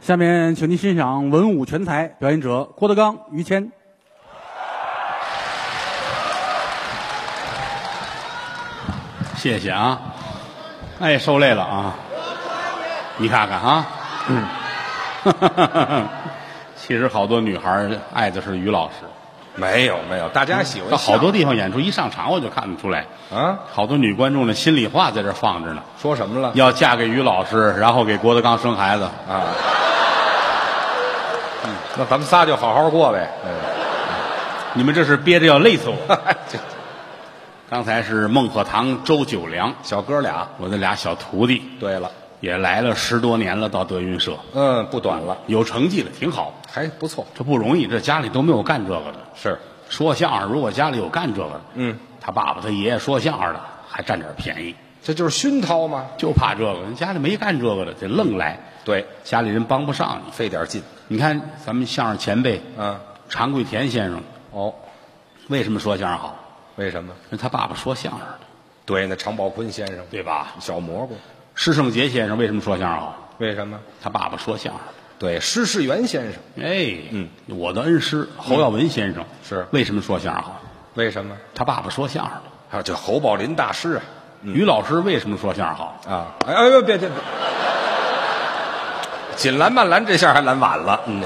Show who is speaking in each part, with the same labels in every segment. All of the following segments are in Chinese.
Speaker 1: 下面，请您欣赏文武全才表演者郭德纲、于谦。
Speaker 2: 谢谢啊！哎，受累了啊！你看看啊，嗯， 其实好多女孩儿爱的是于老师，
Speaker 3: 没有没有，大家喜欢
Speaker 2: 到嗯好多
Speaker 3: 地
Speaker 2: 地方演出一上场我就看得出来，
Speaker 3: 啊，
Speaker 2: 好多女观众的心里话在这儿放着呢，
Speaker 3: 说什么了
Speaker 2: 要嫁给于老师，然后给郭德纲生孩子，
Speaker 3: 啊？嗯那咱们仨就好好过呗。嗯
Speaker 2: 你们这是憋着要累死 我。
Speaker 3: 哎这
Speaker 2: 刚才是孟鹤堂、周九良，
Speaker 3: 小哥俩，
Speaker 2: 我的俩小徒弟，
Speaker 3: 对了，
Speaker 2: 也来了十多年了，到德云社
Speaker 3: 嗯，不短了，
Speaker 2: 有成绩了，挺好，
Speaker 3: 还不错。
Speaker 2: 这不容易，这家里都没有干这个的。
Speaker 3: 是，
Speaker 2: 说相声，如果家里有干这个的，
Speaker 3: 嗯，
Speaker 2: 他爸爸他爷爷说相声的，还占点便宜，
Speaker 3: 这就是熏陶嘛。
Speaker 2: 就怕这个。人家里没干这个的，得愣来，
Speaker 3: 对，
Speaker 2: 家里人帮不上你。
Speaker 3: 费点劲。
Speaker 2: 你看咱们相声前辈，
Speaker 3: 嗯，
Speaker 2: 常贵田先生，
Speaker 3: 哦，
Speaker 2: 为什么说相声好？
Speaker 3: 为什么？
Speaker 2: 是他爸爸说相声的，
Speaker 3: 对，那常宝坤先生，
Speaker 2: 对吧？
Speaker 3: 小蘑菇，
Speaker 2: 施圣杰先生为什么说相声好？
Speaker 3: 为什么？
Speaker 2: 他爸爸说相声的。
Speaker 3: 对，施世元先生，
Speaker 2: 哎，
Speaker 3: 嗯，
Speaker 2: 我的恩师侯耀文先生
Speaker 3: 是
Speaker 2: 为什么说相声好？
Speaker 3: 为什么？
Speaker 2: 他爸爸说相声的。
Speaker 3: 还有这侯宝林大师啊
Speaker 2: 于老师为什么说相声好？
Speaker 3: 啊！哎哎别别别！紧拦慢拦，这下还拦晚了。嗯，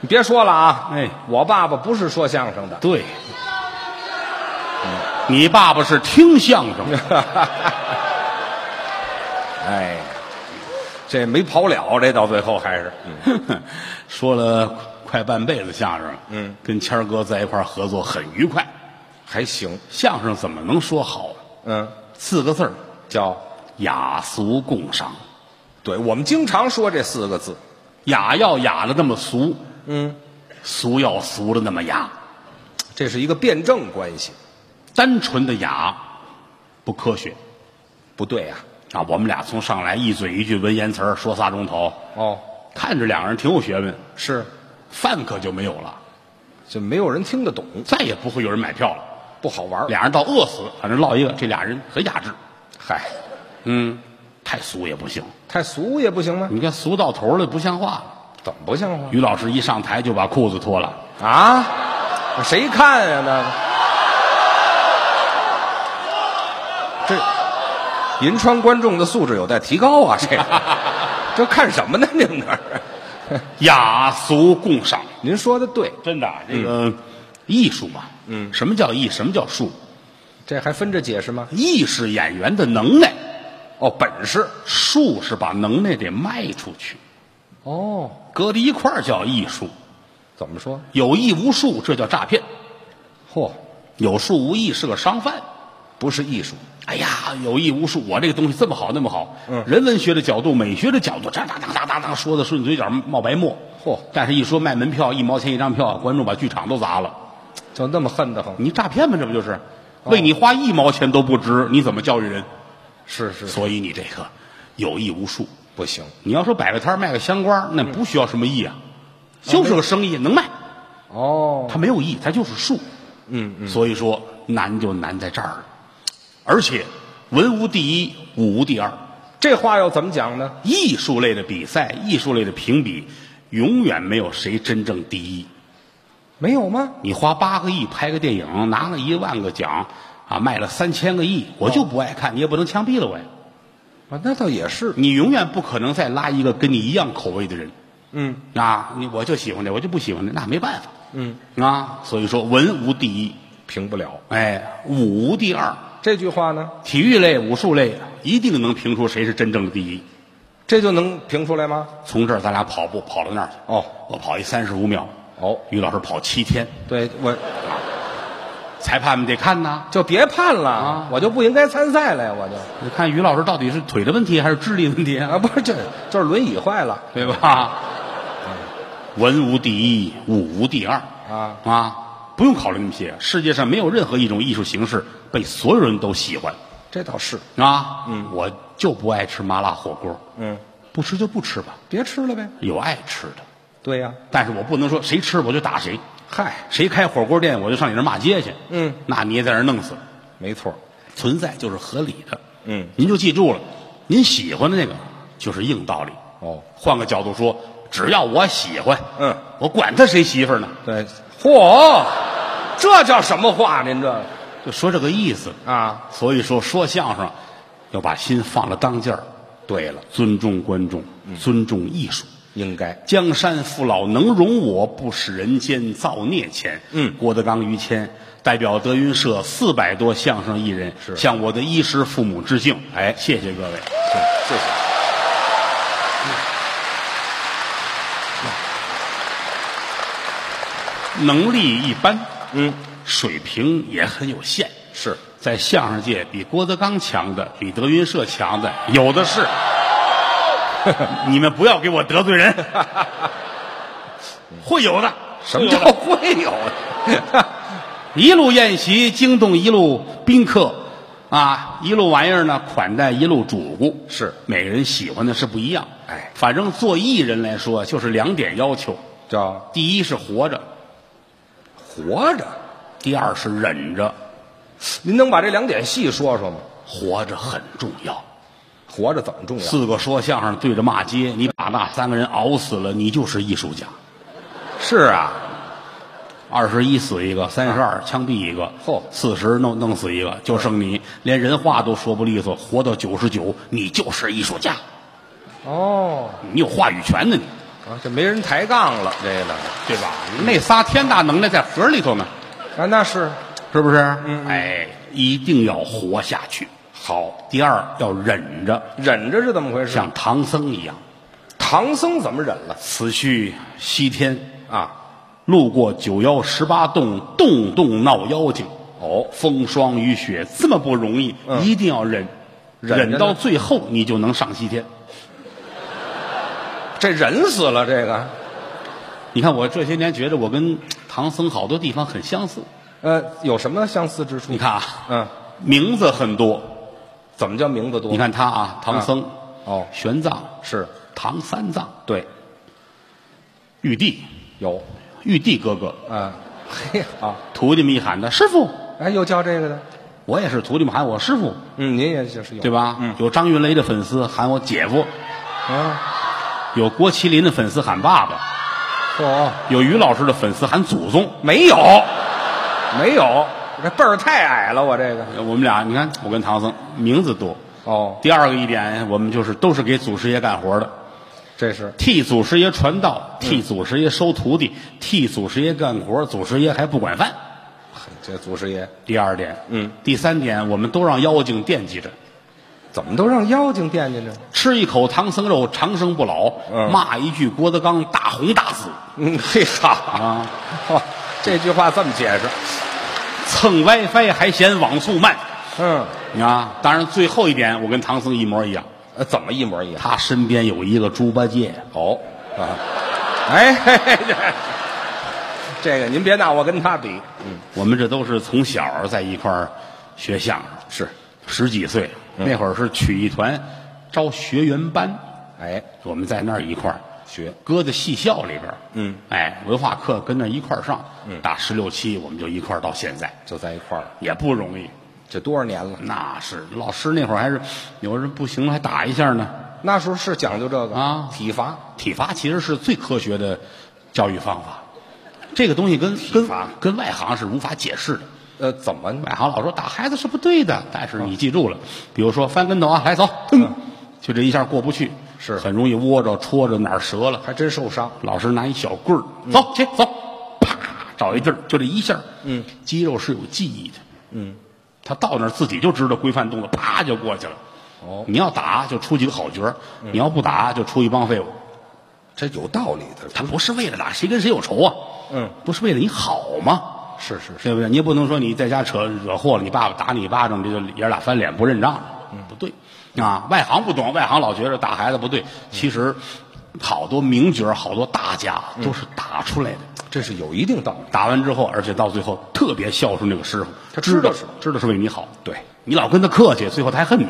Speaker 3: 你别说了啊！
Speaker 2: 哎
Speaker 3: 我爸爸不是说相声的，
Speaker 2: 对，
Speaker 3: 嗯
Speaker 2: 你爸爸是听相声的。
Speaker 3: 哎，这没跑了，这到最后还是，嗯，
Speaker 2: 说了快半辈子相声了，
Speaker 3: 嗯，
Speaker 2: 跟谦儿哥在一块儿合作很愉快。
Speaker 3: 还行，
Speaker 2: 相声怎么能说好？啊
Speaker 3: 嗯，
Speaker 2: 四个字儿，
Speaker 3: 叫
Speaker 2: 雅俗共赏。
Speaker 3: 对，我们经常说这四个字，
Speaker 2: 雅要雅的那么俗，
Speaker 3: 嗯，
Speaker 2: 俗要俗的那么雅，
Speaker 3: 这是一个辩证关系，
Speaker 2: 单纯的雅不科学
Speaker 3: 不对呀、
Speaker 2: 啊！我们俩从上来一嘴一句文言词儿说仨钟头，
Speaker 3: 哦，
Speaker 2: 看着两个人挺有学问，
Speaker 3: 是，
Speaker 2: 饭可就没有了，
Speaker 3: 就没有人听得懂，
Speaker 2: 再也不会有人买票了。
Speaker 3: 不好玩儿
Speaker 2: 俩人到饿死，反正落一个，这俩人很雅致。
Speaker 3: 嗨，
Speaker 2: 嗯，太俗也不行。
Speaker 3: 太俗也不行吗？
Speaker 2: 你看俗到头了，不像话了。
Speaker 3: 怎么不像话
Speaker 2: 于老师一上台就把裤子脱了，
Speaker 3: 啊？谁看呀、那个，这银川观众的素质有待提高啊！ 这个，这看什么呢？你们这儿，
Speaker 2: 雅俗共赏。
Speaker 3: 您说的对，
Speaker 2: 真的，啊这个、艺术嘛，嗯，什么叫艺？什么叫术？
Speaker 3: 这还分着解释吗？
Speaker 2: 艺是演员的能耐，
Speaker 3: 哦，本事
Speaker 2: 术是把能耐得卖出去，
Speaker 3: 哦，
Speaker 2: 搁在一块儿叫艺术。
Speaker 3: 怎么说？
Speaker 2: 有艺无术，这叫诈骗；
Speaker 3: 嚯、
Speaker 2: 有术无艺是个商贩。
Speaker 3: 不是艺术，
Speaker 2: 哎呀，有艺无术，我这个东西这么好那么好，
Speaker 3: 嗯
Speaker 2: 人文学的角度、美学的角度，这当当当当当说的顺嘴角冒白沫，
Speaker 3: 嚯
Speaker 2: 但是一说卖门票一毛钱一张票，观众把剧场都砸了，
Speaker 3: 就那么恨得很。
Speaker 2: 你诈骗吗？这不就是，
Speaker 3: 哦
Speaker 2: 为你花一毛钱都不值，你怎么教育人？
Speaker 3: 是是，
Speaker 2: 所以你这个有艺无术。
Speaker 3: 不行。
Speaker 2: 你要说摆个摊儿卖个香瓜儿，那
Speaker 3: 嗯
Speaker 2: 不需要什么艺啊，就是个生意，能卖，
Speaker 3: 哦，
Speaker 2: 它没有艺，它就是术。
Speaker 3: 嗯嗯，
Speaker 2: 所以说难就难在这儿了，而且文无第一，武无第二。
Speaker 3: 这话要怎么讲呢？
Speaker 2: 艺术类的比赛、艺术类的评比，永远没有谁真正第一。
Speaker 3: 没有吗？
Speaker 2: 你花八个亿拍个电影，拿了一万个奖，啊，卖了三千个亿，我就不爱看，你也不能枪毙了我呀。
Speaker 3: 啊，那倒也是。
Speaker 2: 你永远不可能再拉一个跟你一样口味的人
Speaker 3: 嗯，
Speaker 2: 啊！你我就喜欢这，我就不喜欢这，那没办法。
Speaker 3: 嗯
Speaker 2: 啊，所以说文无第一，
Speaker 3: 评不了。
Speaker 2: 哎，武无第二。
Speaker 3: 这句话呢，
Speaker 2: 体育类、武术类一定能评出谁是真正的第一。
Speaker 3: 这就能评出来吗？
Speaker 2: 从这儿咱俩跑步跑到那儿去，
Speaker 3: 哦
Speaker 2: 我跑一三十五秒，
Speaker 3: 哦，
Speaker 2: 于老师跑七天。
Speaker 3: 对我
Speaker 2: 裁判们得看呐，
Speaker 3: 就别判了，
Speaker 2: 啊
Speaker 3: 我就不应该参赛了呀，我就
Speaker 2: 你看于老师到底是腿的问题还是智力问题
Speaker 3: 啊，
Speaker 2: 啊？
Speaker 3: 不是这就是轮椅坏了
Speaker 2: 对吧？文无第一，武无第二
Speaker 3: 啊，
Speaker 2: 啊！不用考虑那么些，世界上没有任何一种艺术形式被所有人都喜欢
Speaker 3: 这倒是，
Speaker 2: 啊！嗯，我就不爱吃麻辣火锅，
Speaker 3: 嗯，
Speaker 2: 不吃就不吃吧，
Speaker 3: 别吃了呗。
Speaker 2: 有爱吃的，
Speaker 3: 对呀、
Speaker 2: 但是我不能说谁吃我就打谁，
Speaker 3: 嗨，
Speaker 2: 谁开火锅店我就上你那儿骂街去，
Speaker 3: 嗯，
Speaker 2: 那你也在那儿弄死。
Speaker 3: 没错，
Speaker 2: 存在就是合理的。
Speaker 3: 嗯
Speaker 2: 您就记住了，您喜欢的那个就是硬道理，
Speaker 3: 哦，
Speaker 2: 换个角度说，只要我喜欢，
Speaker 3: 嗯，
Speaker 2: 我管他谁媳妇儿呢，
Speaker 3: 对，嚯，这叫什么话？啊您这
Speaker 2: 就说这个意思。
Speaker 3: 啊，
Speaker 2: 所以说，说相声要把心放了当劲儿，
Speaker 3: 对了，
Speaker 2: 尊重观众，
Speaker 3: 嗯
Speaker 2: 尊重艺术。
Speaker 3: 应该
Speaker 2: 江山父老能容我，不使人间造孽钱。
Speaker 3: 嗯
Speaker 2: 郭德纲、于谦代表德云社四百多相声艺人，
Speaker 3: 是
Speaker 2: 向我的衣食父母致敬。
Speaker 3: 哎
Speaker 2: 谢谢各位。
Speaker 3: 谢谢。
Speaker 2: 嗯能力一般，
Speaker 3: 嗯，
Speaker 2: 水平也很有限，
Speaker 3: 是
Speaker 2: 在相声界比郭德纲强的，比德云社强的有的是。 你们不要给我得罪 人，会有的。
Speaker 3: 什么
Speaker 2: 会有
Speaker 3: 叫
Speaker 2: 的
Speaker 3: 会有的？
Speaker 2: 一路宴席惊动一路宾客，啊，一路玩意儿呢款待一路主顾，
Speaker 3: 是
Speaker 2: 每人喜欢的是不一样。
Speaker 3: 哎
Speaker 2: 反正做艺人来说，就是两点要求：
Speaker 3: 叫
Speaker 2: 第一是活着，
Speaker 3: 活着。
Speaker 2: 第二是忍着。
Speaker 3: 您能把这两点细说说吗？
Speaker 2: 活着很重要。
Speaker 3: 活着怎么重要？
Speaker 2: 四个说相声对着骂街，你把那三个人熬死了，你就是艺术家。
Speaker 3: 是啊，
Speaker 2: 二十一死一个，三十二枪毙一个，
Speaker 3: 嚯
Speaker 2: 四十弄弄死一个，就剩你连人话都说不利索，活到九十九，你就是艺术家。
Speaker 3: 哦，
Speaker 2: 你有话语权呢，你
Speaker 3: 啊，这没人抬杠了，这个
Speaker 2: 对吧？那仨天大能耐在盒里头呢，
Speaker 3: 啊，那是
Speaker 2: 是不是？哎，一定要活下去。好，第二要忍着，
Speaker 3: 忍着是怎么回事？
Speaker 2: 像唐僧一样。
Speaker 3: 唐僧怎么忍了
Speaker 2: 此去西天，
Speaker 3: 啊？
Speaker 2: 路过九妖十八洞，洞洞闹妖精。哦，风霜雨雪这么不容易，
Speaker 3: 嗯
Speaker 2: 一定要忍，
Speaker 3: 忍着呢
Speaker 2: 忍到最后，你就能上西天。
Speaker 3: 这忍死了，这个
Speaker 2: 你看，我这些年觉得我跟唐僧好多地方很相似。
Speaker 3: 呃，有什么相似之处？
Speaker 2: 你，看啊，
Speaker 3: 嗯，
Speaker 2: 名字很多，
Speaker 3: 怎么叫名字多？
Speaker 2: 你看他啊，唐僧，
Speaker 3: 哦
Speaker 2: 玄奘
Speaker 3: 是
Speaker 2: 唐三藏，
Speaker 3: 对，
Speaker 2: 玉帝，
Speaker 3: 有
Speaker 2: 玉帝哥哥，
Speaker 3: 啊，嘿啊，
Speaker 2: 徒弟们一喊他师傅，
Speaker 3: 哎，又叫这个的，
Speaker 2: 我也是徒弟们喊我师傅，
Speaker 3: 嗯，您也就是有
Speaker 2: 对吧？
Speaker 3: 嗯
Speaker 2: 有张云雷的粉丝喊我姐夫，
Speaker 3: 啊，
Speaker 2: 有郭麒麟的粉丝喊爸爸，
Speaker 3: 嚯，
Speaker 2: 有于老师的粉丝喊祖宗。
Speaker 3: 没有，没有，这辈儿太矮了，我这个
Speaker 2: 我们俩，你看我跟唐僧名字多。
Speaker 3: 哦，
Speaker 2: 第二个一点，我们就是都是给祖师爷干活的，
Speaker 3: 这是
Speaker 2: 替祖师爷传道，替
Speaker 3: 嗯
Speaker 2: 祖师爷收徒弟，替祖师爷干活，祖师爷还不管饭。
Speaker 3: 这祖师爷
Speaker 2: 第二点，
Speaker 3: 嗯，
Speaker 2: 第三点，我们都让妖精惦记着，
Speaker 3: 怎么都让妖精惦记着？
Speaker 2: 吃一口唐僧肉长生不老，
Speaker 3: 嗯
Speaker 2: 骂一句郭德纲大红大紫
Speaker 3: 嗯，嘿哈，
Speaker 2: 啊，
Speaker 3: 哦这句话这么解释，
Speaker 2: 蹭 WiFi 还嫌网速慢
Speaker 3: 嗯，
Speaker 2: 啊！当然，最后一点，我跟唐僧一模一样，
Speaker 3: 呃怎么一模一样？
Speaker 2: 他身边有一个猪八戒，
Speaker 3: 哦啊，哎，嘿嘿这这个您别拿我跟他比，
Speaker 2: 我们这都是从小在一块儿学相声，
Speaker 3: 是，
Speaker 2: 十几岁、
Speaker 3: 嗯
Speaker 2: 那会儿是曲艺团招学员班，
Speaker 3: 哎，
Speaker 2: 我们在那儿一块儿
Speaker 3: 学
Speaker 2: 搁在戏校里边儿，
Speaker 3: 嗯，
Speaker 2: 哎，文化课跟着一块儿上，嗯，打十六七我们就一块儿到现在，
Speaker 3: 就在一块儿了，
Speaker 2: 也不容易。
Speaker 3: 这多少年了？
Speaker 2: 那是老师那会儿还是有人不行了还打一下呢。
Speaker 3: 那时候是讲究这个
Speaker 2: 啊
Speaker 3: 体罚
Speaker 2: 体罚其实是最科学的教育方法，这个东西跟跟
Speaker 3: 罚
Speaker 2: 跟外行是无法解释的。
Speaker 3: 呃，怎么呢
Speaker 2: 外行老说打孩子是不对的，但是你记住了，比如说翻跟头啊，来走，嗯，就这一下过不去，
Speaker 3: 是
Speaker 2: 很容易窝着、戳着哪儿折了。
Speaker 3: 还真受伤？
Speaker 2: 老师拿一小棍儿，走起走，啪，找一地儿，就这一下，嗯，肌肉是有记忆的，嗯，他到那儿自己就知道规范动作，啪就过去了。
Speaker 3: 哦，
Speaker 2: 你要打就出几个好角儿，你要不打就出一帮废物。
Speaker 3: 这有道理的，
Speaker 2: 他不是为了打谁跟谁有仇啊，
Speaker 3: 嗯，
Speaker 2: 不是为了你好吗？
Speaker 3: 是是是，
Speaker 2: 对不对？你也不能说你在家扯惹祸了，你爸爸打你一巴掌，这就爷儿俩翻脸不认账了，
Speaker 3: 嗯
Speaker 2: 不对啊！外行不懂，外行老觉着打孩子不对，其实好多名角儿、好多大家
Speaker 3: 嗯
Speaker 2: 都是打出来的。
Speaker 3: 这是有一定道理。
Speaker 2: 打完之后，而且到最后特别孝顺这个师傅，
Speaker 3: 他
Speaker 2: 知
Speaker 3: 知
Speaker 2: 道
Speaker 3: 道
Speaker 2: 是知道是为你好，
Speaker 3: 对
Speaker 2: 你老跟他客气，最后他还恨你。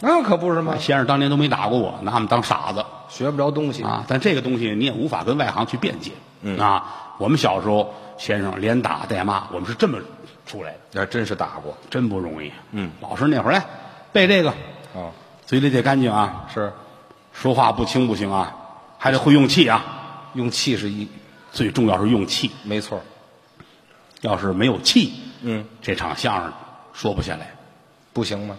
Speaker 3: 那可不是吗？
Speaker 2: 先生当年都没打过我，拿我们当傻子
Speaker 3: 学不着东西，
Speaker 2: 啊！但这个东西你也无法跟外行去辩解，嗯啊，我们小时候先生连打带骂，我们是这么出来的，
Speaker 3: 那真是打过
Speaker 2: 真哎不容易。嗯，老师那会儿来背这个，
Speaker 3: 啊。
Speaker 2: 嘴里得干净啊，
Speaker 3: 是
Speaker 2: 说话不清不行啊，还得会用气啊，
Speaker 3: 用气是一，
Speaker 2: 最重要是用气。
Speaker 3: 没错儿，
Speaker 2: 要是没有气，嗯，这场相声说不下来。
Speaker 3: 不行吗？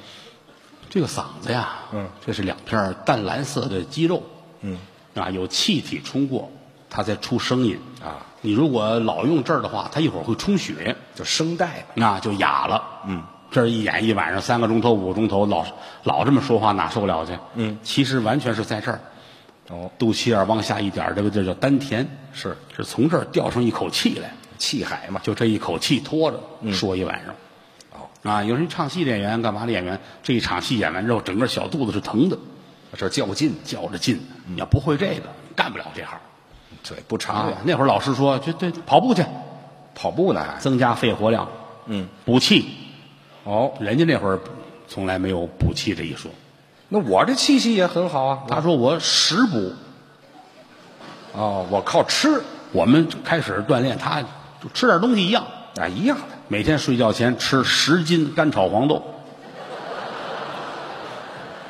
Speaker 2: 这个嗓子呀，
Speaker 3: 嗯，
Speaker 2: 这是两片淡蓝色的肌肉，嗯，啊，有气体冲过，它才出声音
Speaker 3: 啊。
Speaker 2: 你如果老用这儿的话，它一会儿会充血，
Speaker 3: 就声带嘛，
Speaker 2: 那就哑了。嗯，这儿一演一晚上三个钟头、五个钟头，老老这么说话哪受了去？嗯，其实完全是在这儿，
Speaker 3: 哦，
Speaker 2: 肚脐眼儿往下一点儿，这个这叫丹田，
Speaker 3: 是
Speaker 2: 是从这儿吊上一口气来，
Speaker 3: 气海嘛，
Speaker 2: 就这一口气拖着、说一晚上。
Speaker 3: 哦，
Speaker 2: 啊，有人唱戏的演员干嘛的演员，这一场戏演完之后，整个小肚子是疼的，
Speaker 3: 这儿较劲，
Speaker 2: 较着劲。你要不会这个，干不了这行
Speaker 3: 对，不常
Speaker 2: 嗯啊
Speaker 3: 远。。
Speaker 2: 那会儿老师说，去对跑步去，
Speaker 3: 跑步呢还
Speaker 2: 增加肺活量，
Speaker 3: 嗯，
Speaker 2: 补气。
Speaker 3: 哦，
Speaker 2: 人家那会儿从来没有补气这一说。
Speaker 3: 那我这气息也很好啊。
Speaker 2: 他说我食补，
Speaker 3: 哦，我靠吃
Speaker 2: 我们开始锻炼，他就吃点东西一样，
Speaker 3: 啊，一样的，
Speaker 2: 每天睡觉前吃十斤干炒黄豆，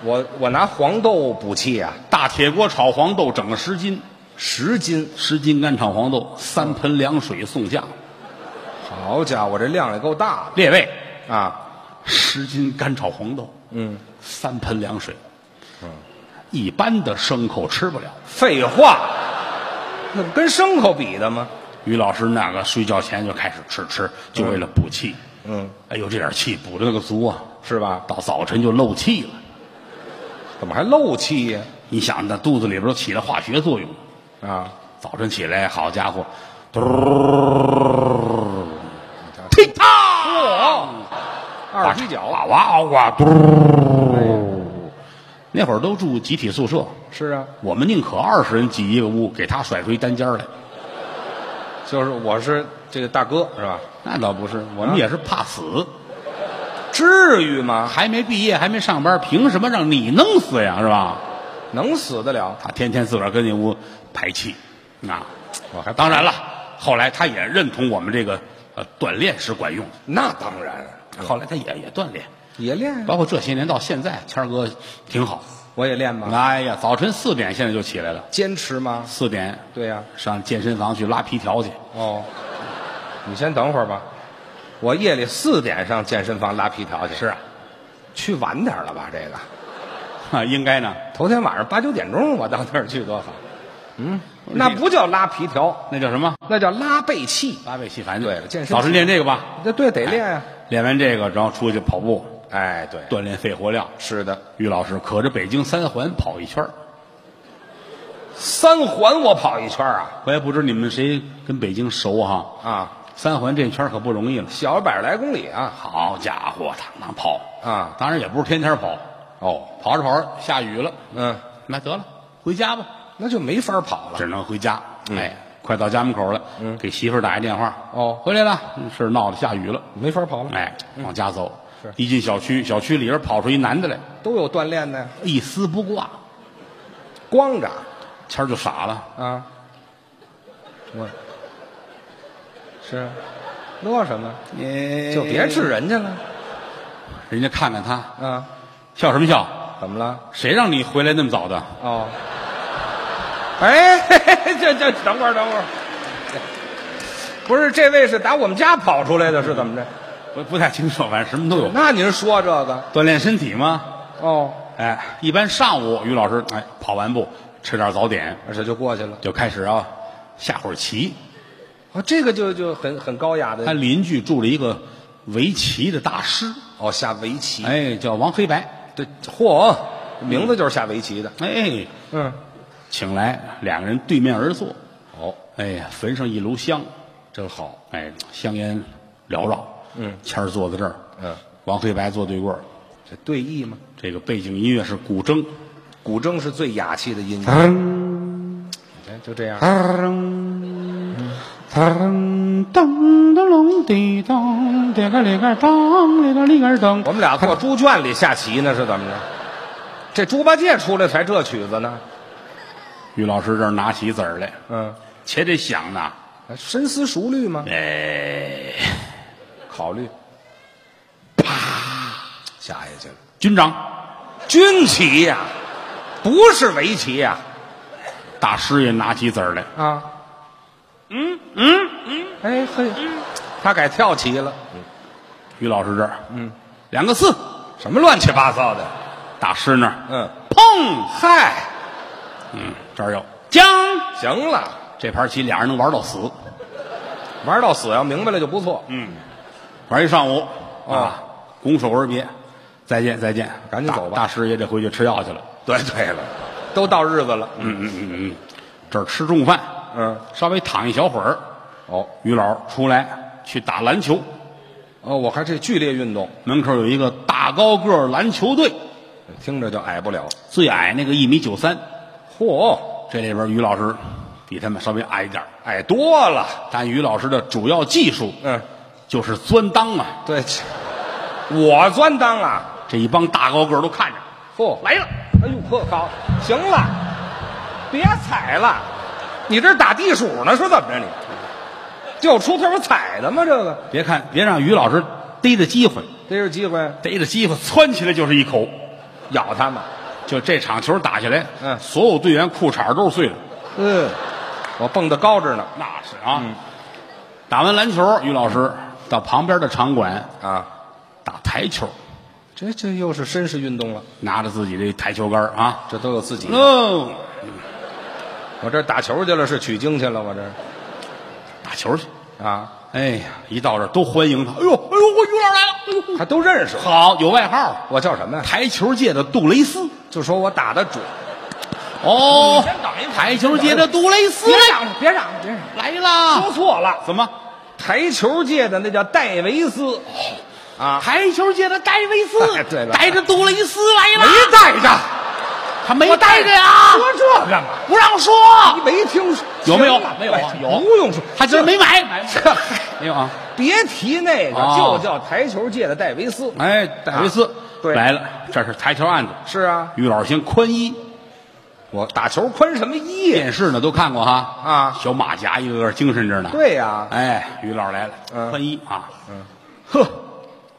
Speaker 3: 我我拿黄豆补气啊，
Speaker 2: 大铁锅炒黄豆整个十斤，
Speaker 3: 十斤，
Speaker 2: 十斤干炒黄豆，三盆凉水送下。
Speaker 3: 好家伙，这量也够大
Speaker 2: 列位，
Speaker 3: 的啊，
Speaker 2: 十斤干炒黄豆，嗯，三盆凉水，嗯，一般的牲口吃不了。
Speaker 3: 废话，那不跟牲口比的吗？
Speaker 2: 于老师那个睡觉前就开始吃吃，就为了补气。
Speaker 3: 嗯，
Speaker 2: 哎呦，这点气补的那个足啊，
Speaker 3: 是吧？
Speaker 2: 到早晨就漏气了。
Speaker 3: 怎么还漏气呀、
Speaker 2: 你想，那肚子里边都起了化学作用，
Speaker 3: 啊？
Speaker 2: 早晨起来，好家伙，嘟儿，踢踏，
Speaker 3: 二踢脚
Speaker 2: 哇哇哇，嘟儿。那会儿都住集体宿舍，
Speaker 3: 是啊，
Speaker 2: 我们宁可二十人挤一个屋，给他甩出一单间来。
Speaker 3: 就是我是这个大哥是吧？
Speaker 2: 那倒不是，
Speaker 3: 啊
Speaker 2: 我们也是怕死，
Speaker 3: 至于吗？
Speaker 2: 还没毕业，还没上班，凭什么让你弄死呀？是吧？
Speaker 3: 能死得了？
Speaker 2: 他天天自个儿跟那屋排气，啊，
Speaker 3: 我哦还
Speaker 2: 当然了，后来他也认同我们这个呃锻炼是管用的，
Speaker 3: 那当然，
Speaker 2: 后来他也也锻炼，
Speaker 3: 嗯也练啊，
Speaker 2: 包括这些年到现在，谦儿哥挺好。
Speaker 3: 我也练吧，
Speaker 2: 哎呀，早晨四点现在就起来了，
Speaker 3: 坚持吗？
Speaker 2: 四点
Speaker 3: 对呀、
Speaker 2: 上健身房去拉皮条去，
Speaker 3: 哦，你先等会儿吧，我夜里四点上健身房拉皮条去，
Speaker 2: 是啊，
Speaker 3: 去晚点了吧？这个
Speaker 2: 啊应该呢，
Speaker 3: 头天晚上八九点钟我到那儿去多好，嗯，那不叫拉皮条，
Speaker 2: 那叫什么
Speaker 3: 那叫拉背气，
Speaker 2: 八背气，反正
Speaker 3: 对了健身
Speaker 2: 早晨练这个吧，
Speaker 3: 这对得练啊，
Speaker 2: 练完这个然后出去跑步，
Speaker 3: 哎，对，
Speaker 2: 锻炼肺活量。
Speaker 3: 是的，
Speaker 2: 于老师可着北京三环跑一圈儿
Speaker 3: 三环我跑一圈儿啊
Speaker 2: 我也不知你们谁跟北京熟哈、
Speaker 3: 啊。
Speaker 2: 三环这圈儿可不容易了。
Speaker 3: 小百来公里啊！
Speaker 2: 好家伙，他那跑
Speaker 3: 啊
Speaker 2: 当然也不是天天跑，
Speaker 3: 哦，
Speaker 2: 跑着跑着下雨了，
Speaker 3: 嗯，
Speaker 2: 那得了，回家吧，
Speaker 3: 那就没法跑了。
Speaker 2: 只能回家。
Speaker 3: 嗯
Speaker 2: 哎，快到家门口了，给媳妇儿打一电话，
Speaker 3: 哦
Speaker 2: 回来了，嗯事儿闹了，下雨了，
Speaker 3: 没法跑了，
Speaker 2: 哎，往家走
Speaker 3: 是。
Speaker 2: 一进小区，小区里边跑出一男的来，
Speaker 3: 都有锻炼的，
Speaker 2: 一丝不挂，
Speaker 3: 光着
Speaker 2: 谦儿就傻了。
Speaker 3: 啊。我是啊乐什么？就别治人家了
Speaker 2: 人家看看他，
Speaker 3: 啊！
Speaker 2: 笑什么笑？
Speaker 3: 怎么了？
Speaker 2: 谁让你回来那么早的？
Speaker 3: 哦，哎， 嘿嘿这这等会儿等会儿，不是这位是打我们家跑出来的，是怎么着？
Speaker 2: 不不太清楚，反正什么都有。
Speaker 3: 那您说这个
Speaker 2: 锻炼身体嘛，
Speaker 3: 哦，
Speaker 2: 哎，一般上午于老师哎跑完步，吃点早点，
Speaker 3: 这就过去了。
Speaker 2: 就开始啊下会儿棋。
Speaker 3: 哦，这个就就很很高雅
Speaker 2: 他
Speaker 3: 的
Speaker 2: 邻居住了一个围棋的大师，
Speaker 3: 哦，下围棋。
Speaker 2: 哎，叫王黑白，
Speaker 3: 这嚯，名字就是下围棋的。
Speaker 2: 哎，
Speaker 3: 嗯，
Speaker 2: 请来两个人对面而坐，
Speaker 3: 哦，
Speaker 2: 哎呀，焚上一炉香，
Speaker 3: 真好。
Speaker 2: 哎，香烟缭绕，嗯，谦儿坐在这儿，
Speaker 3: 嗯，
Speaker 2: 王黑白坐对过儿，
Speaker 3: 这对弈吗？
Speaker 2: 这个背景音乐是古筝，
Speaker 3: 古筝是最雅气的音乐。哎就这样。
Speaker 1: 噔噔噔隆滴当，滴个里个当，里个里个当
Speaker 3: 我。们俩坐猪圈里下棋呢，是怎么着？这猪八戒出来才这曲子呢。
Speaker 2: 于老师这儿拿起子儿来，
Speaker 3: 嗯，
Speaker 2: 且得想呢，
Speaker 3: 深思熟虑吗？
Speaker 2: 哎，
Speaker 3: 考虑。啪，下下去了。
Speaker 2: 军长，
Speaker 3: 军棋呀、不是围棋呀、
Speaker 2: 大师爷拿起子儿来，
Speaker 3: 啊，嗯嗯嗯，哎嘿，他改跳棋了，
Speaker 2: 于老师这儿，嗯，两个四，
Speaker 3: 什么乱七八糟的？
Speaker 2: 大师那儿，
Speaker 3: 嗯，
Speaker 2: 砰，
Speaker 3: 嗨，
Speaker 2: 嗯，这儿有将，
Speaker 3: 行了，
Speaker 2: 这盘棋俩人能玩到死，
Speaker 3: 玩到死要明白了就不错。嗯，
Speaker 2: 玩一上午
Speaker 3: 哦
Speaker 2: 啊，拱手而别，再见再见，
Speaker 3: 赶紧
Speaker 2: 大
Speaker 3: 走吧
Speaker 2: 大师爷得回去吃药去了，
Speaker 3: 对对了，都到日子了。嗯
Speaker 2: 嗯嗯嗯嗯，这儿吃中饭，
Speaker 3: 嗯，
Speaker 2: 稍微躺一小会儿，
Speaker 3: 哦
Speaker 2: 于老出来去打篮球，
Speaker 3: 哦，我看这剧烈运动，
Speaker 2: 门口有一个大高个儿篮球队，
Speaker 3: 听着就矮不了。
Speaker 2: 最矮那个一米九三，
Speaker 3: 嚯，
Speaker 2: 这里边于老师比他们稍微矮一点儿，
Speaker 3: 矮多了。
Speaker 2: 但于老师的主要技术
Speaker 3: 嗯，
Speaker 2: 就是钻裆啊，
Speaker 3: 对，切我钻裆啊。
Speaker 2: 这一帮大高个儿都看着，
Speaker 3: 嚯，
Speaker 2: 来了，
Speaker 3: 哎呦呵，好，行了，别踩了，你这是打地鼠呢是怎么着你？就出头踩的吗？这个
Speaker 2: 别看别让于老师逮着机会，
Speaker 3: 逮着机会
Speaker 2: 逮着机会窜起来就是一口，
Speaker 3: 咬他们。
Speaker 2: 就这场球打下来，
Speaker 3: 嗯
Speaker 2: 所有队员裤衩都是碎的，
Speaker 3: 嗯，我蹦得高着呢
Speaker 2: 那是啊。打完篮球，于老师到旁边的场馆
Speaker 3: 啊！
Speaker 2: 打台球，
Speaker 3: 这这又是绅士运动了，
Speaker 2: 拿着自己的台球杆儿啊，哦
Speaker 3: 这都有自己的。
Speaker 2: 喽，
Speaker 3: 我这打球去了，是取经去了，我这
Speaker 2: 打球去。
Speaker 3: 啊，
Speaker 2: 哎呀，一到这儿都欢迎他。哎呦，哎呦，我于老来了。哎
Speaker 3: 还都认识我。
Speaker 2: 好，有外号，
Speaker 3: 我叫什么呀？
Speaker 2: 台球界的杜蕾斯。
Speaker 3: 就说我打得准。
Speaker 2: 哦，
Speaker 3: 等一会儿
Speaker 2: 台球界的杜蕾斯
Speaker 3: 嚷了，别嚷了，别嚷了，
Speaker 2: 来啦！
Speaker 3: 错了，
Speaker 2: 怎么？
Speaker 3: 台球界的那叫戴维斯啊，
Speaker 2: 台球界的戴维斯
Speaker 3: 哎对了
Speaker 2: 带着杜蕾斯来
Speaker 3: 没
Speaker 2: 了，
Speaker 3: 带着，
Speaker 2: 他没带哎着呀，
Speaker 3: 哎说这干嘛？
Speaker 2: 不让说。
Speaker 3: 你没听说
Speaker 2: 有没有
Speaker 3: 行了
Speaker 2: 没有啊
Speaker 3: 哎
Speaker 2: 有
Speaker 3: 不用说，
Speaker 2: 他今儿没买，买
Speaker 3: 这
Speaker 2: 没有啊？
Speaker 3: 别提那个，
Speaker 2: 哦
Speaker 3: 就叫台球界的戴维斯。
Speaker 2: 哎，戴维斯
Speaker 3: 啊对
Speaker 2: 来了，这是台球案子。
Speaker 3: 是啊，
Speaker 2: 于老师先宽衣，
Speaker 3: 我打球宽什么衣呀？
Speaker 2: 电视呢都看过哈
Speaker 3: 啊
Speaker 2: 小马甲一个个精神着呢。
Speaker 3: 对呀、
Speaker 2: 哎，于老师来了，
Speaker 3: 嗯
Speaker 2: 宽衣啊，嗯，呵，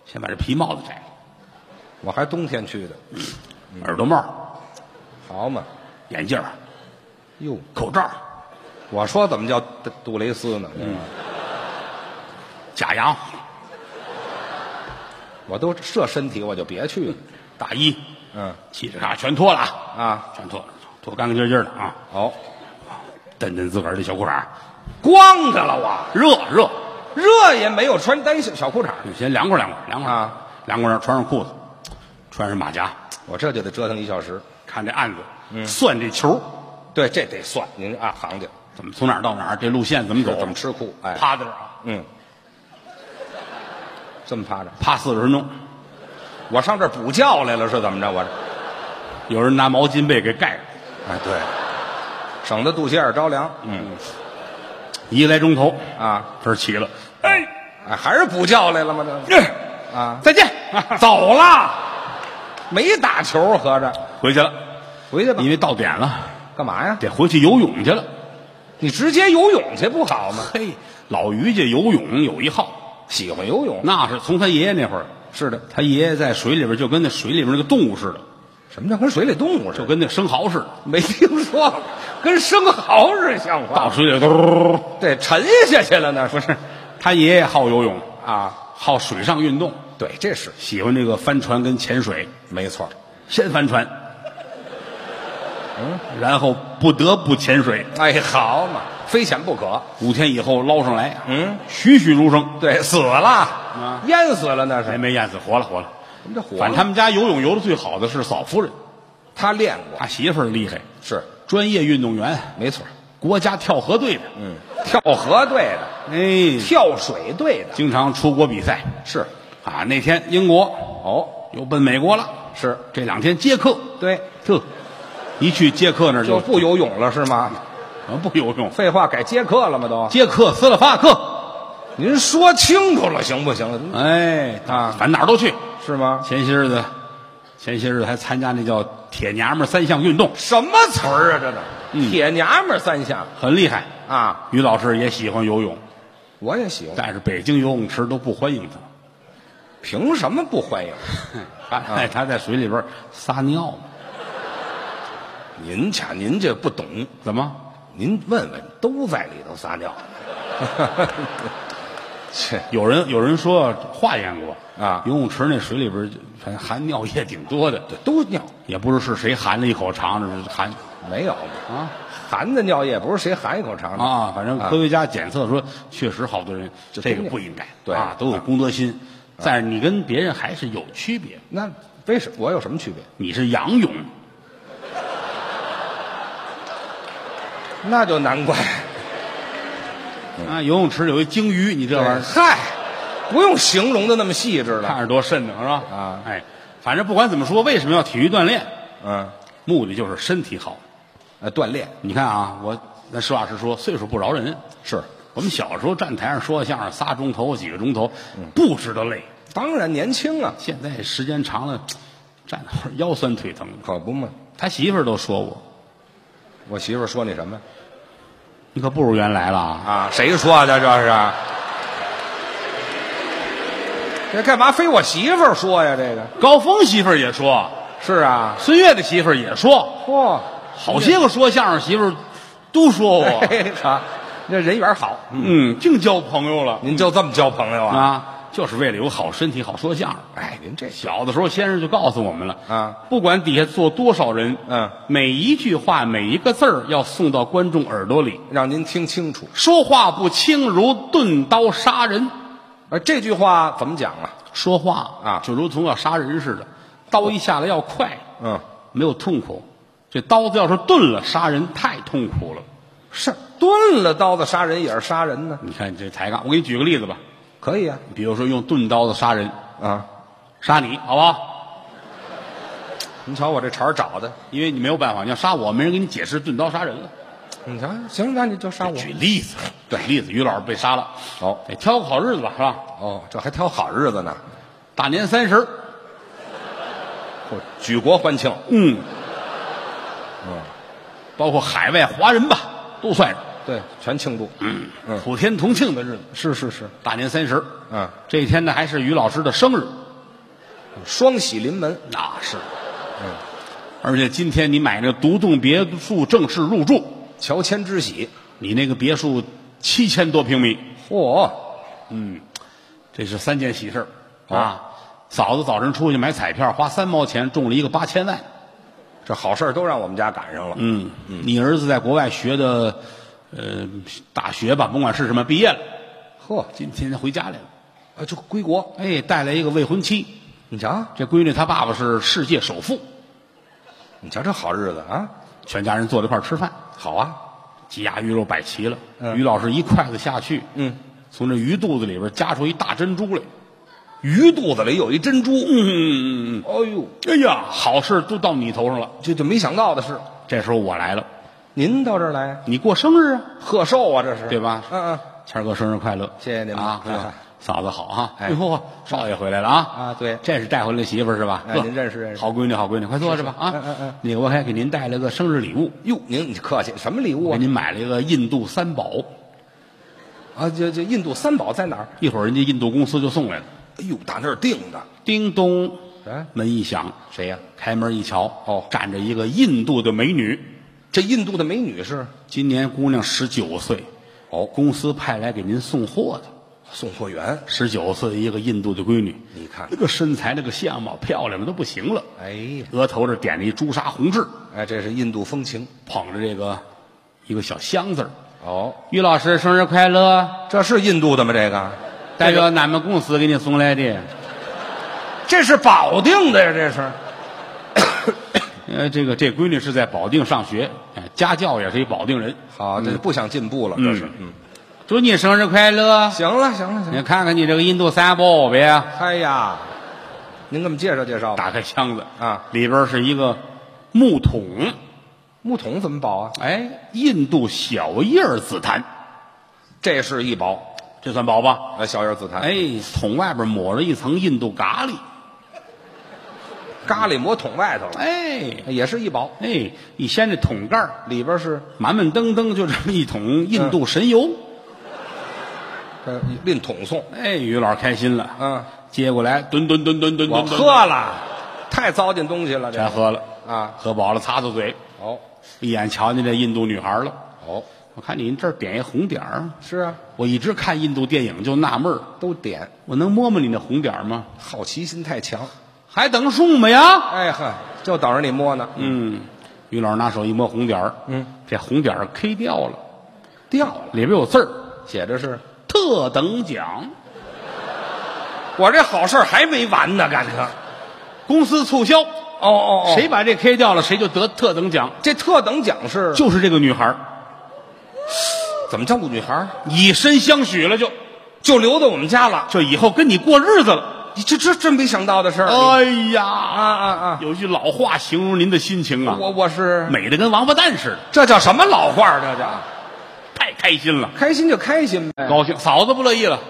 Speaker 2: 先把这皮帽子摘了，
Speaker 3: 我还冬天去的，嗯
Speaker 2: 耳朵帽、
Speaker 3: 好嘛，
Speaker 2: 眼镜儿、
Speaker 3: 哟，
Speaker 2: 口罩、
Speaker 3: 我说怎么叫杜杜蕾斯呢？
Speaker 2: 假牙、
Speaker 3: 我都这身体我就别去了。
Speaker 2: 大衣，
Speaker 3: 嗯
Speaker 2: 嘁哩咔全脱了啊，
Speaker 3: 啊，
Speaker 2: 全脱了，脱干干净净的啊，
Speaker 3: 好，
Speaker 2: 蹬蹬自个儿的小裤衩儿，
Speaker 3: 光着了我，
Speaker 2: 热热，
Speaker 3: 热也没有穿单小小裤衩，
Speaker 2: 先凉快凉快凉快
Speaker 3: 啊，
Speaker 2: 凉快凉，穿上裤子，穿上马甲，
Speaker 3: 我这就得折腾一小时。
Speaker 2: 看这案
Speaker 3: 嗯
Speaker 2: 子，算这球。
Speaker 3: 对，这得算您按行家
Speaker 2: 怎么从哪儿到哪儿？这路线怎么走？
Speaker 3: 怎么吃苦？哎，
Speaker 2: 趴在这儿啊，
Speaker 3: 嗯，这么趴着，
Speaker 2: 趴四十分钟。
Speaker 3: 我上这儿补觉来了是怎么着？我这，
Speaker 2: 有人拿毛巾被给盖上，
Speaker 3: 哎对，省得肚脐眼儿着凉。嗯
Speaker 2: 一个来钟头，
Speaker 3: 啊，
Speaker 2: 这儿起了，哎，
Speaker 3: 哎还是补觉来了吗？这啊，
Speaker 2: 再见，
Speaker 3: 走了，没打球，合着
Speaker 2: 回去了，
Speaker 3: 回去吧
Speaker 2: 因。为到点了，
Speaker 3: 干嘛呀？
Speaker 2: 得回去游泳去了。
Speaker 3: 你直接游泳去不好吗？
Speaker 2: 嘿，老于家游泳有一号，
Speaker 3: 喜欢游泳，
Speaker 2: 那是从他爷爷那会儿，
Speaker 3: 是的。
Speaker 2: 他爷爷在水里边就跟那水里边那个动物似的，
Speaker 3: 什么叫跟水里动物似
Speaker 2: 就
Speaker 3: 的？
Speaker 2: 跟那生蚝似的，
Speaker 3: 没听说过，跟生蚝似的，像话？
Speaker 2: 到水里嘟，
Speaker 3: 对，沉下去了呢，不是
Speaker 2: 他爷爷好游泳，
Speaker 3: 啊？
Speaker 2: 好水上运动，
Speaker 3: 对，这是
Speaker 2: 喜欢这个帆船跟潜水。
Speaker 3: 没错。
Speaker 2: 先帆船，嗯，然后不得不潜水，
Speaker 3: 哎，好嘛，非潜不可。
Speaker 2: 五天以后捞上来，
Speaker 3: 嗯，
Speaker 2: 栩栩如生，
Speaker 3: 对，死了
Speaker 2: 啊，
Speaker 3: 淹死了那
Speaker 2: 没
Speaker 3: 是。
Speaker 2: 没淹死，活了活了。
Speaker 3: 您嗯这火
Speaker 2: 反正他们家游泳游的最好的是嫂夫人，
Speaker 3: 他练过，
Speaker 2: 他媳妇儿厉害，
Speaker 3: 是
Speaker 2: 专业运动员，
Speaker 3: 没错。
Speaker 2: 国家跳河队的，
Speaker 3: 嗯，跳河队的，
Speaker 2: 哎，
Speaker 3: 跳水队的，
Speaker 2: 经常出国比赛
Speaker 3: 是
Speaker 2: 啊。那天英国
Speaker 3: 哦，
Speaker 2: 又奔美国了，
Speaker 3: 是
Speaker 2: 这两天接客，
Speaker 3: 对，
Speaker 2: 呵，一去接客那儿
Speaker 3: 就
Speaker 2: 就呃
Speaker 3: 不游泳了是吗？
Speaker 2: 不游泳，
Speaker 3: 废话，改接客了吗？都，
Speaker 2: 接客斯洛伐克，
Speaker 3: 您说清楚了行不行？
Speaker 2: 哎
Speaker 3: 啊
Speaker 2: 反正哪儿都去。
Speaker 3: 是吗？
Speaker 2: 前些日子，前些日子还参加那叫铁娘们儿三项运动，
Speaker 3: 什么词儿啊？这都
Speaker 2: 嗯
Speaker 3: 铁娘们儿三项
Speaker 2: 很厉害。
Speaker 3: 啊！
Speaker 2: 于老师也喜欢游泳，
Speaker 3: 我也喜欢，
Speaker 2: 但是北京游泳池都不欢迎他。
Speaker 3: 凭什么不欢迎？
Speaker 2: 他、哎、他在水里边撒尿嘛，
Speaker 3: 您家您这不懂，
Speaker 2: 怎么
Speaker 3: 您问问，都在里头撒尿。 切，
Speaker 2: 有人有人说化验过
Speaker 3: 啊
Speaker 2: 游泳池那水里边就反正含尿液挺多的，
Speaker 3: 这都尿
Speaker 2: 也不知是谁含了一口尝着含
Speaker 3: 没有
Speaker 2: 啊
Speaker 3: 含的尿液不是谁含一口尝尝
Speaker 2: 啊，反正科学家检测说，确实好多人
Speaker 3: 就
Speaker 2: 这
Speaker 3: 都
Speaker 2: 个
Speaker 3: 尿
Speaker 2: 不应该，
Speaker 3: 对啊
Speaker 2: 啊，都有公德心， 但是你跟别人还是有区别，
Speaker 3: 那为什我有什么区别？
Speaker 2: 你是仰泳，
Speaker 3: 那就难怪。
Speaker 2: 啊，游泳池有一鲸鱼，你这玩意儿
Speaker 3: 嗨，不用形容的那么细致
Speaker 2: 看
Speaker 3: 了。
Speaker 2: 着多瘆得慌是吧？
Speaker 3: 啊
Speaker 2: 哎，反正不管怎么说，为什么要体育锻炼？
Speaker 3: 嗯，
Speaker 2: 目的就是身体好。
Speaker 3: 呃，锻炼
Speaker 2: 你看啊，我咱实话实说，岁数不饶人。
Speaker 3: 是，
Speaker 2: 我们小时候站台上说相声，仨钟头几个钟头，不知道累。
Speaker 3: 当然年轻啊，
Speaker 2: 现在时间长了，站那会儿腰酸腿疼的。
Speaker 3: 可不嘛。
Speaker 2: 他媳妇儿都说我，
Speaker 3: 我媳妇儿说你什么呀？
Speaker 2: 你可不如原来了啊！
Speaker 3: 啊，谁说的这是？这干嘛非我媳妇儿说呀？这个
Speaker 2: 高峰媳妇儿也说，
Speaker 3: 是啊，
Speaker 2: 孙越的媳妇儿也说，
Speaker 3: 嚯、
Speaker 2: 好些个说相声媳妇儿都说 我，
Speaker 3: 嘿好，哎这人缘好，
Speaker 2: 嗯，净交朋友了
Speaker 3: 您就这么交朋友啊？
Speaker 2: 啊，就是为了有好身体，好说相声。
Speaker 3: 哎，您这
Speaker 2: 小的时候，先生就告诉我们了
Speaker 3: 啊，
Speaker 2: 不管底下坐多少人，
Speaker 3: 嗯，
Speaker 2: 每一句话、每一个字儿要送到观众耳朵里，
Speaker 3: 让您听清楚。
Speaker 2: 说话不轻如钝刀杀人，
Speaker 3: 而哎这句话怎么讲啊？
Speaker 2: 说话
Speaker 3: 啊
Speaker 2: 就如同要杀人似的，刀一下来要快，
Speaker 3: 嗯，
Speaker 2: 没有痛苦。这刀子要是钝了，杀人太痛苦了。
Speaker 3: 是钝了刀子杀人也是杀人呢，
Speaker 2: 你看这抬杠，我给你举个例子吧，
Speaker 3: 可以啊
Speaker 2: 比如说用钝刀子杀人，
Speaker 3: 啊！
Speaker 2: 杀你好不好？
Speaker 3: 您瞧我这茬儿找的，
Speaker 2: 因为你没有办法，你要杀我，没人给你解释钝刀杀人了。
Speaker 3: 你瞧，行，那你就杀我。
Speaker 2: 举例子，对例子，于老师被杀了，
Speaker 3: 好
Speaker 2: 得挑个好日子吧，是吧？
Speaker 3: 哦，这还挑好日子呢，
Speaker 2: 大年三十，
Speaker 3: 我举国欢庆。
Speaker 2: 嗯，包括海外华人吧，都算上，
Speaker 3: 对，全庆祝。
Speaker 2: 嗯
Speaker 3: 嗯
Speaker 2: 普天同庆的日子，
Speaker 3: 是是是，
Speaker 2: 大年三十，
Speaker 3: 嗯，
Speaker 2: 这一天呢还是于老师的生日，
Speaker 3: 双喜临门。
Speaker 2: 那是，嗯，而且今天你买那独栋别墅正式入住，
Speaker 3: 乔迁之喜。
Speaker 2: 你那个别墅七千多平米，
Speaker 3: 嚯、
Speaker 2: 这是三件喜事儿
Speaker 3: 好
Speaker 2: 啊。嫂子早晨出去买彩票，花三毛钱中了一个八千万。
Speaker 3: 这好事儿都让我们家赶上了。
Speaker 2: 嗯，你儿子在国外学的，呃，大学吧，甭管是什么，毕业了，
Speaker 3: 呵，
Speaker 2: 今天回家来了。
Speaker 3: 啊，就归国。
Speaker 2: 哎，带来一个未婚妻，
Speaker 3: 你瞧，啊
Speaker 2: 这闺女她爸爸是世界首富，
Speaker 3: 你瞧这好日子啊，
Speaker 2: 全家人坐在一块儿吃饭，
Speaker 3: 好啊。
Speaker 2: 鸡鸭鱼肉摆齐了。
Speaker 3: 嗯
Speaker 2: 于老师一筷子下去，
Speaker 3: 嗯，
Speaker 2: 从这鱼肚子里边夹出一大珍珠来。
Speaker 3: 鱼肚子里有一珍珠。
Speaker 2: 嗯，
Speaker 3: 哎呦，
Speaker 2: 哎呀，好事都到你头上了。
Speaker 3: 这就没想到的是，
Speaker 2: 这时候我来了，
Speaker 3: 您到这儿来
Speaker 2: 你过生日啊，
Speaker 3: 贺寿啊，这是
Speaker 2: 对吧
Speaker 3: 嗯嗯，
Speaker 2: 谦儿哥生日快乐！
Speaker 3: 谢谢您
Speaker 2: 啊！
Speaker 3: 哎呀
Speaker 2: 嫂子好啊！
Speaker 3: 哎
Speaker 2: 哎呦，少爷回来了啊！
Speaker 3: 啊对
Speaker 2: 这是带回来媳妇儿是吧？
Speaker 3: 哎
Speaker 2: 呵
Speaker 3: 您认识认识
Speaker 2: 好闺女，好闺女，快坐着吧啊！
Speaker 3: 嗯嗯嗯，
Speaker 2: 那个我还给您带了个生日礼物，
Speaker 3: 哟，您你客气，什么礼
Speaker 2: 我
Speaker 3: 物
Speaker 2: 给
Speaker 3: 啊？
Speaker 2: 您买了一个印度三宝，
Speaker 3: 啊，这这印度三宝在哪儿？
Speaker 2: 一会儿人家印度公司就送来了。
Speaker 3: 哎呦，打那儿定的。
Speaker 2: 叮咚，
Speaker 3: 哎，
Speaker 2: 门一响，
Speaker 3: 谁呀、
Speaker 2: 开门一瞧，
Speaker 3: 哦
Speaker 2: 站着一个印度的美女，
Speaker 3: 这印度的美女是
Speaker 2: 今年姑娘十九岁，
Speaker 3: 哦
Speaker 2: 公司派来给您送货的。
Speaker 3: 送货员。
Speaker 2: 十九岁一个印度的闺女，
Speaker 3: 你看
Speaker 2: 那个身材，那个相貌，漂亮的都不行了。
Speaker 3: 哎呀，
Speaker 2: 额头这点了一朱砂红痣，
Speaker 3: 哎，这是印度风情。
Speaker 2: 捧着这个一个小箱子儿。
Speaker 3: 哦，
Speaker 2: 于老师生日快乐！
Speaker 3: 这是印度的吗？这个，
Speaker 2: 代表俺们公司给你送来的，
Speaker 3: 这是保定的呀，这是。
Speaker 2: 呃，这个这闺女是在保定上学，哎，家教也是一保定人。
Speaker 3: 好，这不想进步了，这是。嗯，
Speaker 2: 祝你生日快乐！
Speaker 3: 行了，行了，行了。
Speaker 2: 你看看你这个印度三宝呗。
Speaker 3: 哎呀，您给我们介绍介绍吧。
Speaker 2: 打开箱子
Speaker 3: 啊，
Speaker 2: 里边是一个木桶，
Speaker 3: 木桶怎么保啊？
Speaker 2: 哎，印度小叶儿紫檀，
Speaker 3: 这是一保，
Speaker 2: 这算宝吧？
Speaker 3: 呃，小叶紫檀。，
Speaker 2: 哎，桶外边抹了一层印度咖喱，
Speaker 3: 咖喱磨桶外头了，
Speaker 2: 哎
Speaker 3: 也是一保，
Speaker 2: 哎，一掀这桶盖儿
Speaker 3: 里边是
Speaker 2: 满满登登就这么一桶
Speaker 3: 嗯
Speaker 2: 印度神油，
Speaker 3: 呃拎桶送。
Speaker 2: 哎，于老师开心了，
Speaker 3: 嗯，
Speaker 2: 接过来，吨吨吨吨吨
Speaker 3: 我
Speaker 2: 吨，
Speaker 3: 喝了，太糟践东西了，这
Speaker 2: 全喝了
Speaker 3: 啊
Speaker 2: 喝饱了，擦擦嘴，
Speaker 3: 哦，
Speaker 2: 一眼瞧见这印度女孩了。
Speaker 3: 哦，
Speaker 2: 我看你这儿点一红点儿，
Speaker 3: 是啊，
Speaker 2: 我一直看印度电影就纳闷儿，
Speaker 3: 都点，
Speaker 2: 我能摸摸你那红点儿吗？
Speaker 3: 好奇心太强。
Speaker 2: 还等什么呀？
Speaker 3: 哎呵，就等着你摸呢。
Speaker 2: 嗯，于老师拿手一摸红点儿，
Speaker 3: 嗯，
Speaker 2: 这红点儿 K 掉了，
Speaker 3: 掉了，
Speaker 2: 里边有字儿，
Speaker 3: 写着是
Speaker 2: 特等奖，
Speaker 3: 我这好事儿还没完呢，赶上。
Speaker 2: 公司促销，
Speaker 3: 哦哦
Speaker 2: 谁
Speaker 3: 谁
Speaker 2: 把这 K 掉了，谁就得特等奖。
Speaker 3: 这特等奖是
Speaker 2: 就是这个女孩儿
Speaker 3: 怎么叫女孩儿？
Speaker 2: 以身相许了就，就
Speaker 3: 就留到我们家了。
Speaker 2: 以后跟你过日子了。
Speaker 3: 你这这真没想到的事儿。
Speaker 2: 哎
Speaker 3: 啊
Speaker 2: 呀，
Speaker 3: 啊啊！
Speaker 2: 有句老话形容您的心情啊，
Speaker 3: 我我是
Speaker 2: 美的跟王八蛋似的，
Speaker 3: 这叫什么老话儿？这叫
Speaker 2: 太开心了，
Speaker 3: 开心就开心呗。
Speaker 2: 高兴。嫂子不乐意了，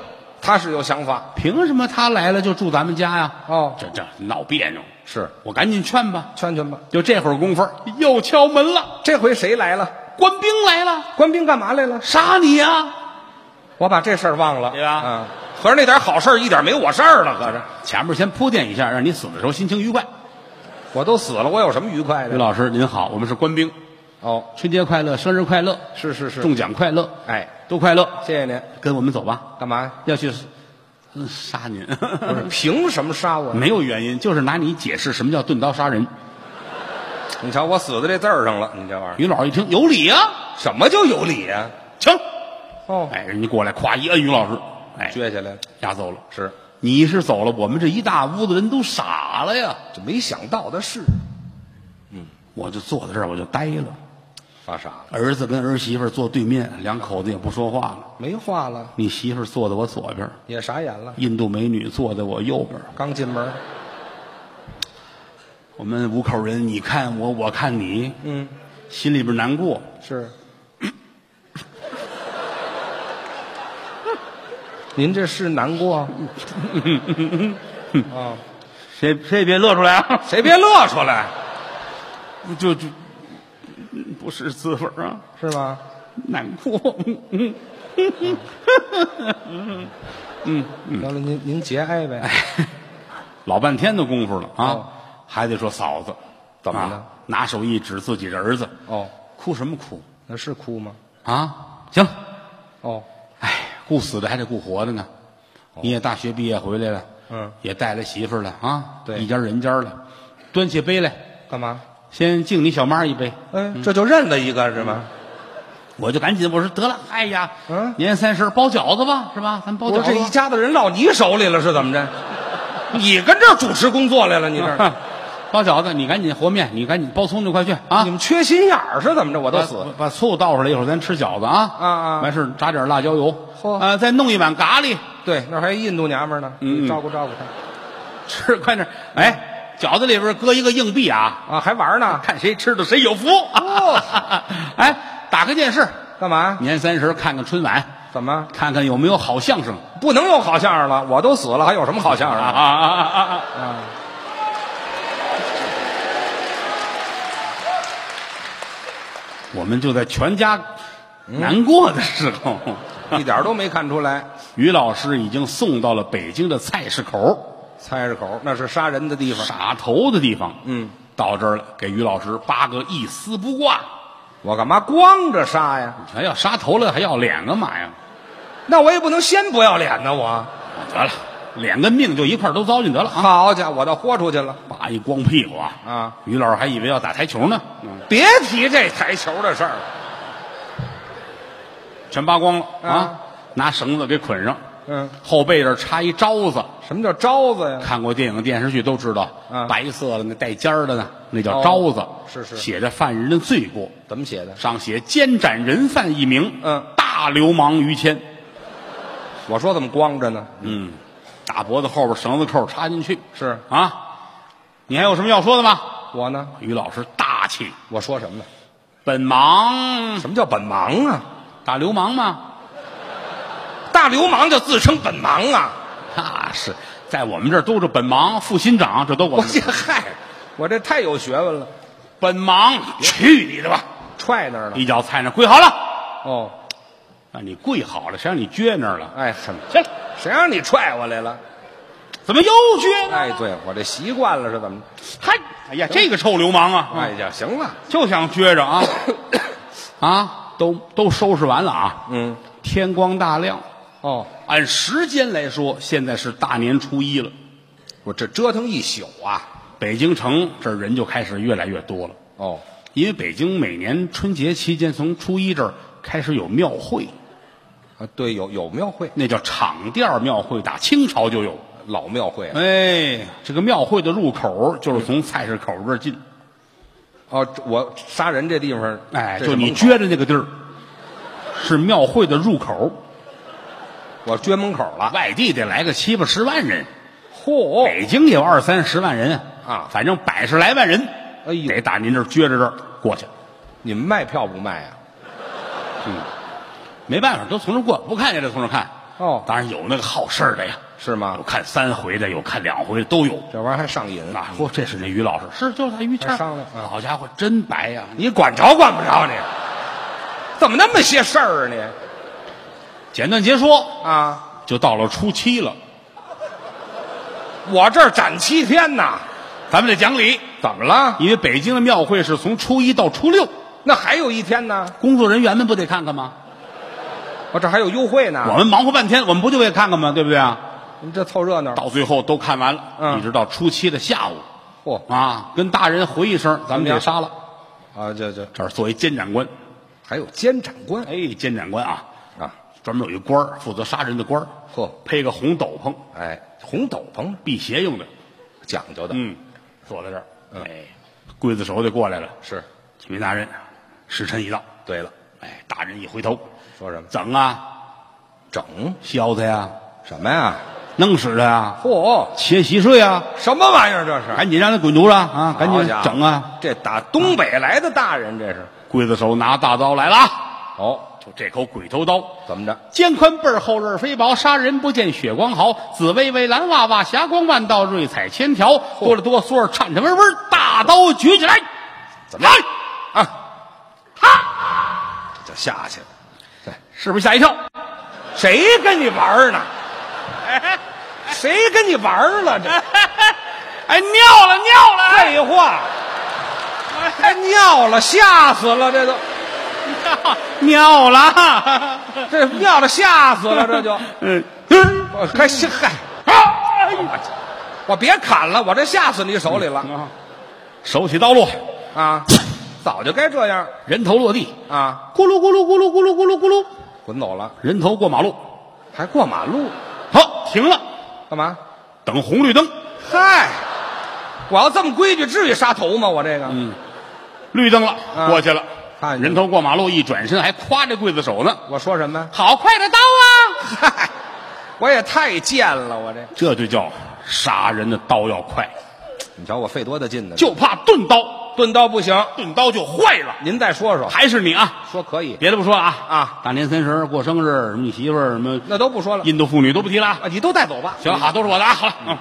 Speaker 3: 他是有想法
Speaker 2: 凭什么他来了就住咱们家呀？
Speaker 3: 哦，
Speaker 2: 这这闹别扭，
Speaker 3: 是
Speaker 2: 我赶紧劝吧。
Speaker 3: 圈圈吧。
Speaker 2: 就这会儿功夫，又敲门了，
Speaker 3: 这回谁来了？
Speaker 2: 官兵来了，
Speaker 3: 官兵干嘛来了？
Speaker 2: 杀你呀！
Speaker 3: 我把这事儿忘了，
Speaker 2: 对吧
Speaker 3: 嗯，合着那点好事儿一点没我事儿了，合着
Speaker 2: 前面先铺垫一下，让你死的时候心情愉快。
Speaker 3: 我都死了，我有什么愉快
Speaker 2: 于
Speaker 3: 的？
Speaker 2: 老师您好，我们是官兵，
Speaker 3: 哦，
Speaker 2: 春节快乐，生日快乐，
Speaker 3: 是是是，
Speaker 2: 中奖快乐，
Speaker 3: 哎，
Speaker 2: 都快乐，
Speaker 3: 谢谢您。
Speaker 2: 跟我们走吧。
Speaker 3: 干嘛呀？
Speaker 2: 要去嗯杀您，
Speaker 3: 不是，凭什么杀 我？
Speaker 2: 没有原因，就是拿你解释什么叫钝刀杀人。
Speaker 3: 你瞧我死在这字儿上了，你这玩意
Speaker 2: 于老师一听有理啊，
Speaker 3: 儿什么就有理啊呀？
Speaker 2: 请。
Speaker 3: 哦，
Speaker 2: 哎，人家过来，咵一摁于老师，哎，
Speaker 3: 撅起来了，
Speaker 2: 押走了。
Speaker 3: 是
Speaker 2: 你是走了，我们这一大屋子人都傻了呀。
Speaker 3: 这没想到的事，
Speaker 2: 我就坐在这儿，我就呆了。
Speaker 3: 发傻了，
Speaker 2: 儿子跟儿媳妇儿坐对面，两口子也不说话了。
Speaker 3: 没话了，
Speaker 2: 你媳妇儿坐在我左边，
Speaker 3: 也傻眼了。
Speaker 2: 印度美女坐在我右边。
Speaker 3: 刚进门，
Speaker 2: 我们五口人，你看我，我看你，
Speaker 3: 嗯，
Speaker 2: 心里边难过。
Speaker 3: 是。 您这是难过 啊？啊
Speaker 2: 谁谁也别乐出来啊！
Speaker 3: 谁别乐出来，
Speaker 2: 就就嗯不是滋味儿啊，
Speaker 3: 是吗？
Speaker 2: 难过。嗯
Speaker 3: 行了，您您节哀呗。
Speaker 2: 老半天的功夫了啊，
Speaker 3: 哦
Speaker 2: 还得说嫂子
Speaker 3: 怎么了
Speaker 2: 啊拿手一指自己的儿子，
Speaker 3: 哦，
Speaker 2: 哭什么哭
Speaker 3: 那是哭吗？
Speaker 2: 啊？行，
Speaker 3: 哦，
Speaker 2: 哎，顾死的还得顾活的呢。你也大学毕业回来了，
Speaker 3: 嗯，
Speaker 2: 也带了媳妇儿了啊，
Speaker 3: 对
Speaker 2: 一家人家了，端起杯来，
Speaker 3: 干嘛？
Speaker 2: 先敬你小妈一杯。
Speaker 3: 嗯，这就认了一个是吗？
Speaker 2: 我就赶紧我说得了，哎呀，
Speaker 3: 嗯
Speaker 2: 年三十包饺子吧，是吧？咱包
Speaker 3: 不
Speaker 2: 饺
Speaker 3: 是
Speaker 2: 子
Speaker 3: 这
Speaker 2: 吧
Speaker 3: 一家子人落你手里了是怎么着？你跟这儿主持工作来了？你 这 儿，
Speaker 2: 包饺子，你赶紧和面，你赶紧包葱就快去啊！
Speaker 3: 你们缺心眼儿是怎么着？啊我都
Speaker 2: 把
Speaker 3: 死了。
Speaker 2: 把醋倒出来，一会儿咱吃饺子啊！
Speaker 3: 啊啊
Speaker 2: 完事儿炸点辣椒油，
Speaker 3: 嚯
Speaker 2: 啊，再弄一碗咖喱，
Speaker 3: 对，那儿还印度娘们儿呢，
Speaker 2: 嗯
Speaker 3: 你照顾照顾她
Speaker 2: 吃快点儿！哎，饺子里边搁一个硬币啊，
Speaker 3: 啊，还玩呢？
Speaker 2: 看谁吃的谁有福。 哎，打开电视，
Speaker 3: 干嘛？
Speaker 2: 年三十看看春晚，
Speaker 3: 怎么
Speaker 2: 看看有没有好相声。
Speaker 3: 不能有好相声了？我都死了，还有什么好相声
Speaker 2: 啊
Speaker 3: 啊？
Speaker 2: 啊啊啊啊！
Speaker 3: 啊
Speaker 2: 我们就在全家难过的时候，
Speaker 3: 一点儿都没看出来，
Speaker 2: 于老师已经送到了北京的菜市口
Speaker 3: 猜着口，那是杀人的地方。
Speaker 2: 傻头的地方。
Speaker 3: 嗯，
Speaker 2: 到这儿了，给于老师八个一丝不挂。
Speaker 3: 我干嘛光着杀呀？
Speaker 2: 还要杀头了，还要脸干嘛呀？
Speaker 3: 那我也不能先不要脸呢，我
Speaker 2: 得了，脸跟命就一块儿都糟践得了啊！
Speaker 3: 好家伙，我倒豁出去了。
Speaker 2: 扒一光屁股啊！嗯
Speaker 3: 啊，
Speaker 2: 于老师还以为要打台球呢，
Speaker 3: 别提这台球的事儿了。
Speaker 2: 全扒光了啊！
Speaker 3: 啊
Speaker 2: 拿绳子给捆上，
Speaker 3: 嗯，
Speaker 2: 后背这儿插一招子。
Speaker 3: 什么叫招子呀？
Speaker 2: 看过电影电视剧都知道，
Speaker 3: 哦嗯
Speaker 2: 白色的那带尖儿的呢，那叫招子，
Speaker 3: 哦是是
Speaker 2: 写着犯人的罪过，
Speaker 3: 怎么写的？
Speaker 2: 上写监斩人犯一名，
Speaker 3: 嗯，
Speaker 2: 大流氓于谦，
Speaker 3: 我说怎么光着呢？
Speaker 2: 嗯，大脖子后边绳子扣插进去，
Speaker 3: 是
Speaker 2: 啊，你还有什么要说的吗？
Speaker 3: 我呢？
Speaker 2: 于老师大气，
Speaker 3: 我说什么呢？
Speaker 2: 本忙
Speaker 3: 什么叫本忙啊？
Speaker 2: 打流氓嘛，
Speaker 3: 大流氓就自称本忙啊？
Speaker 2: 那是在我们这儿都是本忙、副新长，这都我
Speaker 3: 我
Speaker 2: 们
Speaker 3: 这嗨，我这太有学问了，
Speaker 2: 本忙，去你的吧！
Speaker 3: 踹那儿了。
Speaker 2: 一脚踩那儿跪好了，
Speaker 3: 哦，
Speaker 2: 让你跪好了，谁让你撅那儿了？
Speaker 3: 哎，什么？
Speaker 2: 起来，
Speaker 3: 谁让你踹我来了？
Speaker 2: 怎么又撅了？
Speaker 3: 哎哎，对我这习惯了是怎么着？
Speaker 2: 还哎呀，这个臭流氓啊！
Speaker 3: 哎呀，行了，
Speaker 2: 就想撅着 啊啊，都都收拾完了啊，
Speaker 3: 嗯，
Speaker 2: 天光大亮。
Speaker 3: 哦，
Speaker 2: 按时间来说，现在是大年初一了，
Speaker 3: 我这折腾一宿啊，
Speaker 2: 北京城这儿人就开始越来越多了，
Speaker 3: 哦，
Speaker 2: 因为北京每年春节期间，从初一这儿开始有庙会，
Speaker 3: 啊，对，有有庙会，
Speaker 2: 那叫场店庙会，打清朝就有。
Speaker 3: 老庙会啊，
Speaker 2: 哎，这个庙会的入口就是从菜市口这儿进，
Speaker 3: 哦，这我杀人这地方，
Speaker 2: 哎，
Speaker 3: 这是
Speaker 2: 就你
Speaker 3: 门口
Speaker 2: 撅着那个地儿，是庙会的入口。
Speaker 3: 我撅门口了，
Speaker 2: 外地得来个七八十万人，
Speaker 3: 嚯
Speaker 2: 北京也有二三十万人
Speaker 3: 啊
Speaker 2: 反正百十来万人，
Speaker 3: 哎呦
Speaker 2: 得打您这儿撅着这儿过去，
Speaker 3: 你们卖票不卖啊呀？
Speaker 2: 没办法，都从这儿过，不看也得从这儿看。
Speaker 3: 哦
Speaker 2: 当然有那个好事儿的呀，
Speaker 3: 是吗
Speaker 2: 有？看三回的，有看两回的，都有。
Speaker 3: 这玩意儿还上瘾
Speaker 2: 啊，说这是那于老师，是就是他于谦儿哎
Speaker 3: 还商量啊
Speaker 2: 好家伙，真白呀！
Speaker 3: 你管着管不着你？怎么那么些事儿啊你？
Speaker 2: 简短截说，
Speaker 3: 啊，
Speaker 2: 就到了初七了，
Speaker 3: 我这儿攒七天呢，
Speaker 2: 咱们得讲理，
Speaker 3: 怎么了？
Speaker 2: 因为北京的庙会是从初一到初六，
Speaker 3: 那还有一天呢，
Speaker 2: 工作人员们不得看看吗？
Speaker 3: 我哦这还有优惠
Speaker 2: 我
Speaker 3: 呢。
Speaker 2: 们忙活半天，我们不就为了看看吗？对不对啊？
Speaker 3: 您这凑热闹，
Speaker 2: 到最后都看完了，
Speaker 3: 嗯
Speaker 2: 一直到初七的下午
Speaker 3: 嚯
Speaker 2: 啊，跟大人回一声，咱们得杀了。
Speaker 3: 啊，这这
Speaker 2: 这儿作为监斩官，
Speaker 3: 还有监斩官
Speaker 2: 哎，监斩官啊，
Speaker 3: 啊，
Speaker 2: 专门有一官儿负责杀人的官儿
Speaker 3: 呵
Speaker 2: 披个红斗篷，
Speaker 3: 哎，红斗篷
Speaker 2: 辟邪用的，
Speaker 3: 讲究的，
Speaker 2: 嗯，坐在这儿，哎，刽子手就过来了，
Speaker 3: 是。
Speaker 2: 警卫大人，时辰已到，
Speaker 3: 对了，
Speaker 2: 哎，大人一回头，
Speaker 3: 说什么？
Speaker 2: 整啊，
Speaker 3: 整
Speaker 2: 削他呀，
Speaker 3: 什么呀？
Speaker 2: 弄死他呀，
Speaker 3: 嚯，
Speaker 2: 切洗睡啊，
Speaker 3: 什么玩意儿这是？
Speaker 2: 赶紧让他滚犊子啊，赶紧
Speaker 3: 好家伙
Speaker 2: 整啊！！
Speaker 3: 这打东北来的大人这是。
Speaker 2: 刽子手拿大刀来了啊，
Speaker 3: 哦，
Speaker 2: 就这口鬼头刀。
Speaker 3: 怎么着？
Speaker 2: 肩宽背儿厚，刃儿飞薄，杀人不见血光毫。紫薇薇，蓝娃娃，霞光万道，瑞彩千条。哆了哆嗦，颤颤巍巍，大刀举起来，
Speaker 3: 怎么
Speaker 2: 来
Speaker 3: 样？啊？他就下去了。
Speaker 2: 是不是吓一跳？
Speaker 3: 谁跟你玩儿呢？谁跟你玩儿了？这
Speaker 2: 哎，尿了尿了！哎
Speaker 3: 废话，还尿了，吓死了！这都
Speaker 2: 哎尿了！
Speaker 3: 这尿了，吓死 了！这就
Speaker 2: 嗯嗯，哎
Speaker 3: 我还吓嗨，我别砍了，我这吓死你手里了
Speaker 2: 手起刀落，
Speaker 3: 啊！早就该这样
Speaker 2: 人头落地，
Speaker 3: 啊！
Speaker 2: 咕噜咕噜咕噜咕噜咕噜咕噜，
Speaker 3: 滚走了，
Speaker 2: 人头过马路。
Speaker 3: 还过马路
Speaker 2: 好，停了，
Speaker 3: 干嘛？
Speaker 2: 等红绿灯。
Speaker 3: 嗨，我要这么规矩，至于杀头吗？我这个，
Speaker 2: 绿灯了，
Speaker 3: 啊
Speaker 2: 过去了。
Speaker 3: 看见
Speaker 2: 人头过马路，一转身还夸这刽子手呢。
Speaker 3: 我说什么呀？
Speaker 2: 好快的刀啊！
Speaker 3: 嗨，我也太贱了，我这，
Speaker 2: 这就叫杀人的刀要快，
Speaker 3: 你瞧我费多大劲呢？
Speaker 2: 就怕钝刀，
Speaker 3: 钝刀不行，
Speaker 2: 钝刀就坏了。
Speaker 3: 您再说说，
Speaker 2: 还是你啊，
Speaker 3: 说可以，
Speaker 2: 别的不说了啊
Speaker 3: 啊！
Speaker 2: 大年三十儿过生日，什么你媳妇儿什么
Speaker 3: 那都不说了
Speaker 2: 印度妇女都不提了啊
Speaker 3: 啊，。你都带走吧。
Speaker 2: 行了，好，都是我的啊。好了，嗯，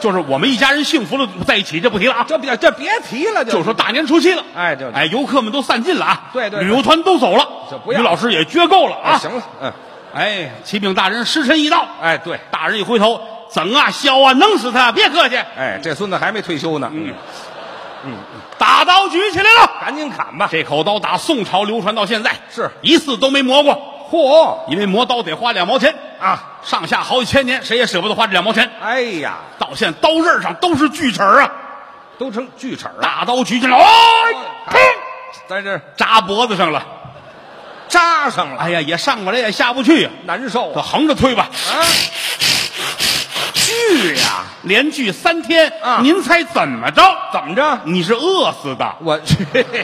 Speaker 2: 就是我们一家人幸福的在一起，这不提了啊。
Speaker 3: 这别这别提了，
Speaker 2: 就说大年初七了，
Speaker 3: 哎就
Speaker 2: 哎，游客们都散尽了啊，
Speaker 3: 对对对
Speaker 2: 旅游团都走了，
Speaker 3: 就不要
Speaker 2: 于老师也撅够了啊。
Speaker 3: 啊，行了，嗯，
Speaker 2: 哎，启禀大人，时辰已到。
Speaker 3: 哎对，
Speaker 2: 大人一回头，怎啊，削啊，弄死他，别客气，
Speaker 3: 哎，这孙子还没退休呢，嗯，
Speaker 2: 打刀举起来了。
Speaker 3: 赶紧砍吧。
Speaker 2: 这口刀打宋朝流传到现在，
Speaker 3: 是
Speaker 2: 一次都没磨过，
Speaker 3: 嚯
Speaker 2: 因为磨刀得花两毛钱，
Speaker 3: 啊！
Speaker 2: 上下好几千年，谁也舍不得花这两毛钱。
Speaker 3: 哎呀，
Speaker 2: 到现在刀刃上都是锯齿儿啊，
Speaker 3: 都成锯齿了，
Speaker 2: 大刀举起来，哦，
Speaker 3: 啊
Speaker 2: 砰，
Speaker 3: 在这儿
Speaker 2: 扎脖子上了。
Speaker 3: 扎上了，
Speaker 2: 哎呀，也上不来，也下不去呀，
Speaker 3: 难受
Speaker 2: 可
Speaker 3: 啊！
Speaker 2: 横着推吧，
Speaker 3: 啊，锯呀，
Speaker 2: 连锯三天
Speaker 3: 啊
Speaker 2: 您猜怎么着？
Speaker 3: 怎么着？
Speaker 2: 你是饿死的，
Speaker 3: 我去你！